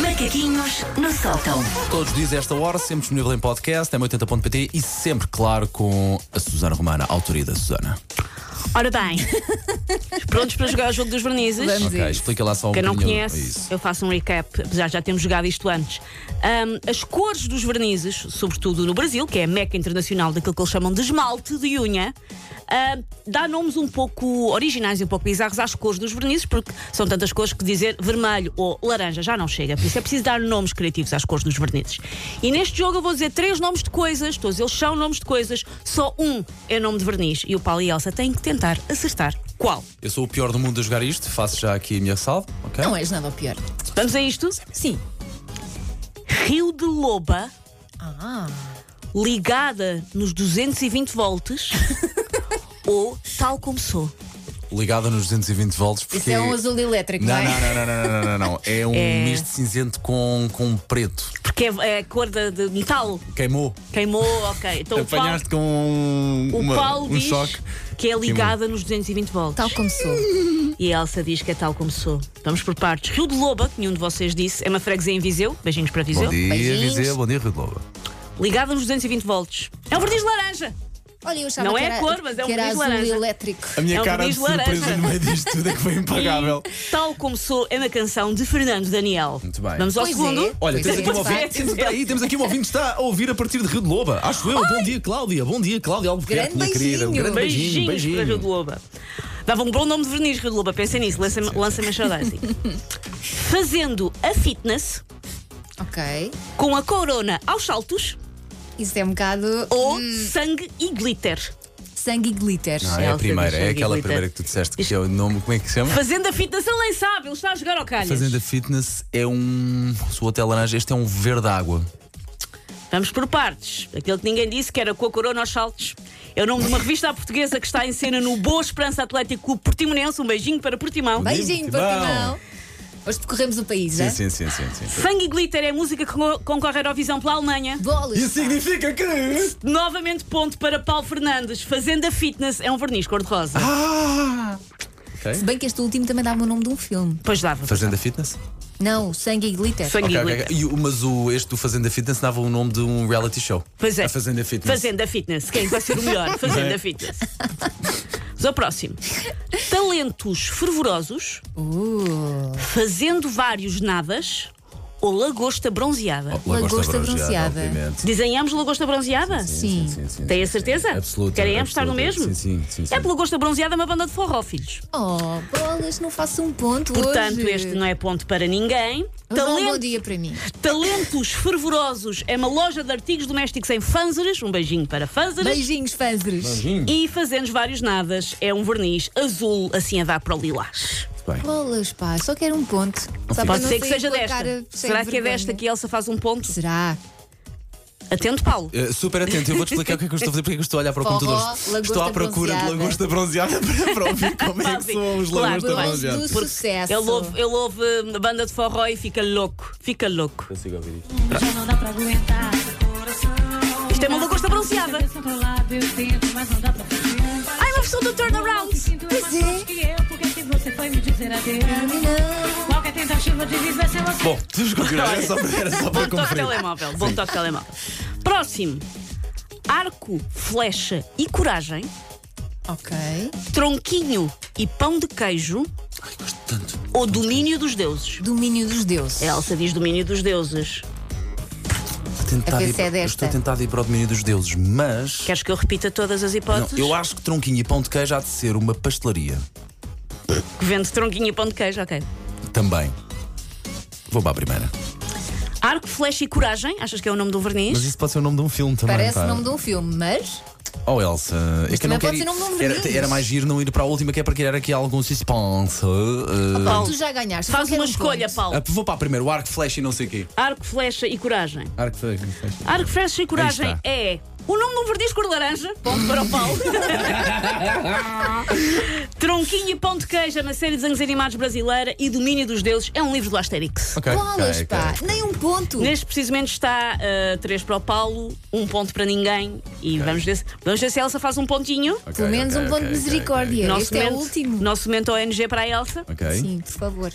Macaquinhos no sótão. Todos os dias, a esta hora, sempre disponível em podcast, é 80.pt e sempre, claro, com a Susana Romana, a autoria da Susana. Ora bem, prontos para jogar o jogo dos vernizes? Vamos. Ok, explica lá só um Quem não bocadinho conhece, isso. eu faço um recap, apesar de já termos jogado isto antes. Ahm, as cores dos vernizes, sobretudo no Brasil, que é a meca internacional daquilo que eles chamam de esmalte de unha, ahm, dá nomes um pouco originais e um pouco bizarros às cores dos vernizes, porque são tantas cores que dizer vermelho ou laranja já não chega. Por isso é preciso dar nomes criativos às cores dos vernizes. E neste jogo eu vou dizer três nomes de coisas, todos eles são nomes de coisas, só um é nome de verniz. E o Paulo e a Elsa têm que tentar acertar qual. Eu sou o pior do mundo a jogar isto, faço já aqui a minha ressalva, ok? é. Não és nada o pior. Vamos a isto? Sim. Rio de Loba Ah. ligada nos 220 volts ou tal como sou. Ligada nos 220 volts, porque. Isso é um azul elétrico, não, Não, é? não, não, não, não, não, não, não, não. É um misto cinzento com, com preto. Porque é, é cor de, de metal. Queimou. Queimou, ok. Então o Paulo, Apanhaste com o uma- Paulo um diz choque. que é ligada nos 220 volts. Tal como sou. E a Elsa diz que é tal como sou. Vamos por partes. Rio de Loba, que nenhum de vocês disse, é uma freguesia em Viseu. Beijinhos para Viseu. Bom dia, Beijinhos. Viseu, bom dia, Rio de Loba. Ligada nos 220 volts. É um verniz laranja. Olha, eu achava Não que é era, cor, mas é um que era verniz azul laranja. elétrico. A minha É o cara de verniz laranja. surpresa no meio disto tudo é que foi impagável. E tal como sou é uma canção de Fernando Daniel. Muito bem. Vamos ao Pois segundo. é. Olha, Pois temos é, aqui, um de ouvinte, facto. temos, está aí, temos aqui um ouvinte que está a ouvir a partir de Rio de Loba. Acho eu. Bom dia, Cláudia. Bom dia, Cláudia Albuquerque, Grande minha querida. Um beijinho. grande beijinho. Beijinhos para Rio de Loba. Dava um bom nome de verniz, Rio de Loba. Pensa nisso, lança-me lança a saudade. Fazendo a fitness Ok. com a corona aos saltos Isso é um bocado ou Hum. sangue e glitter. sangue e glitter. Não, é a Elsa primeira, deixa é aqui aquela habilitar. primeira que tu disseste que é o nome, como é que se chama? Fazendo a fitness, ele nem sabe, ele está a jogar ao calhas. Fazenda Fitness é um. Se o hotel laranja, este é um verde água. Vamos por partes. Aquilo que ninguém disse, que era com a corona aos saltos. É o nome de uma revista à portuguesa que está em cena no Boa Esperança Atlético Clube Portimonense. Um beijinho para Portimão. Bem- Beijinho, Portimão. Portimão. Hoje percorremos o país, já? Sim, sim, sim, sim. sim. Sangue e glitter é a música que co- concorre à Eurovisão pela Alemanha. Bolas. Isso significa que. Novamente ponto para Paulo Fernandes. Fazenda Fitness é um verniz cor-de-rosa. Ah! Se bem que este último também dá-me o nome de um filme. Pois dava. Fazenda Fitness? Não, sangue e glitter. Sangue Ok, e ok, glitter. ok. E o- mas o, este do Fazenda Fitness dava o nome de um reality show. Pois é. A Fazenda Fitness. Fazenda Fitness. Quem vai ser o melhor? Fazenda Bem. Fitness. Vamos ao próximo. Talentos fervorosos, Uh, fazendo vários nadas ou lagosta bronzeada. Oh, lagosta Lagosta bronzeada. obviamente. Dizem ambos lagosta bronzeada? sim. Tem a certeza? Absoluta, Querem ambos estar no absoluta. mesmo? Sim, sim, sim. sim. É pela lagosta bronzeada, é uma banda de forró, filhos. Oh, bolas, não faço um ponto Portanto, hoje. este não é ponto para ninguém. Mas dá um Talento- bom dia para mim. Talentos fervorosos é uma loja de artigos domésticos em Fanzeres. Um beijinho para Fanzeres. Beijinhos, fãzeres. E fazendo vários nadas é um verniz azul assim a dar para o lilás. Bolas, pá, só quero um ponto. Só para Pode não ser que sair seja com a desta. cara cheia Será de que é vergonha. desta que a Elsa faz um ponto? Será? Atento, Paulo. Eh, super atento, eu vou-te explicar o que é que eu estou a fazer, porque é que eu estou a olhar para o Forró, computador. Estou à lagosta procura de bronzeada. lagosta bronzeada para, para ouvir como é que Fazem. são os Claro, lagosta claro. Mas do bronzeada. sucesso. Ele ouve, ele ouve hum, a banda de forró e fica louco. Fica louco. Consigo ouvir isto. Já não dá pra aguentar o coração. Isto é uma lagosta bronzeada. Cabeça pro lado, eu tento, mas não dá pra aguentar. Ai, É uma versão do Turnaround. Sinto é mais é. forte que eu, porque se você foi me dizer adeus. Qualquer tentativa de viver sem você. Bom, temos que continuar, era só para, era só Bom para toque conferir. telemóvel. Bom toque telemóvel. Próximo. Arco, flecha e coragem. Ok. Tronquinho e pão de queijo Gosto tanto. ou domínio dos deuses? Domínio dos deuses. A Elsa diz domínio dos deuses. Estou a tentar A ir ver se é para- eu estou desta. é a tentar ir para o domínio dos deuses, mas. Queres que eu repita todas as Não, hipóteses? eu acho que tronquinho e pão de queijo há de ser uma pastelaria. Que vende tronquinho e pão de queijo, ok. Também. Vou para a primeira. Arco, flecha e coragem, achas que é o nome do verniz? Mas isso pode ser o nome de um filme também. Parece pá. o nome de um filme, mas. Oh Elsa, é que eu também não pode quero ir- ser um nome de era, verniz. era mais giro não ir para a última, que é para criar aqui algum suspense. Uh, Oh, Paulo, Paulo, tu já ganhaste. Faz só quero uma um escolha, ponto. Paulo. ah, vou para a primeira, o arco, flecha e não sei o quê. Arco, flecha e coragem. Arco, flecha, flecha. Arco, flecha e coragem está. é o nome de um verniz cor-laranja, ponto para o Paulo. Tronquinho e pão de queijo, é uma série de desenhos animados brasileira e domínio dos deuses, é um livro do Asterix. Ok, Bolas, ok, pá. ok. Nem um ponto. Neste precisamente está 3 para o Paulo, 1 um ponto para ninguém e vamos, ver se, vamos ver se a Elsa faz um pontinho. Ok, Pelo menos ok, um ponto ok, de misericórdia. este é o último. Nosso momento ONG para a Elsa. Ok. ok. Sim, por favor.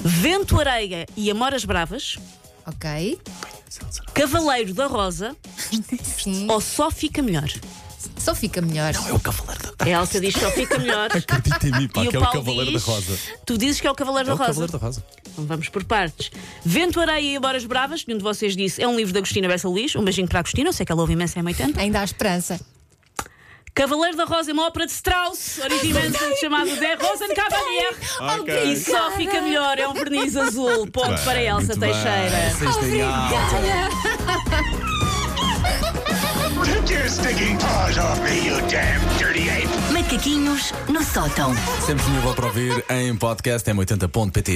Vento Areia e Amoras Bravas, Ok. Cavaleiro da Rosa Sim. ou Só Fica Melhor? Só fica melhor. É o cavaleiro da A Elsa diz Só Fica Melhor. Acredita em mim, pá, e que é o o Paulo cavaleiro diz, da rosa. Tu dizes que é o Cavaleiro É o da Rosa. cavaleiro da rosa. Então vamos por partes. Vento, Areia e Amoras Bravas, que nenhum de vocês disse, é um livro da Agostina Bessa Luís. Um beijinho para a Agostina, eu sei que ela ouve imenso, é meio tanto. Ainda há esperança. Cavaleiro da Rosa é uma ópera de Strauss, originalmente chamado Der Rosenkavalier. Ok. E só fica melhor, é um verniz azul. Ponto bem, para Elsa muito Teixeira. bem. Sexta em alta. Take your stinking paws off me, you damn dirty ape! Macaquinhos no sotão. Sempre disponível para ouvir em podcast é em 80.pt.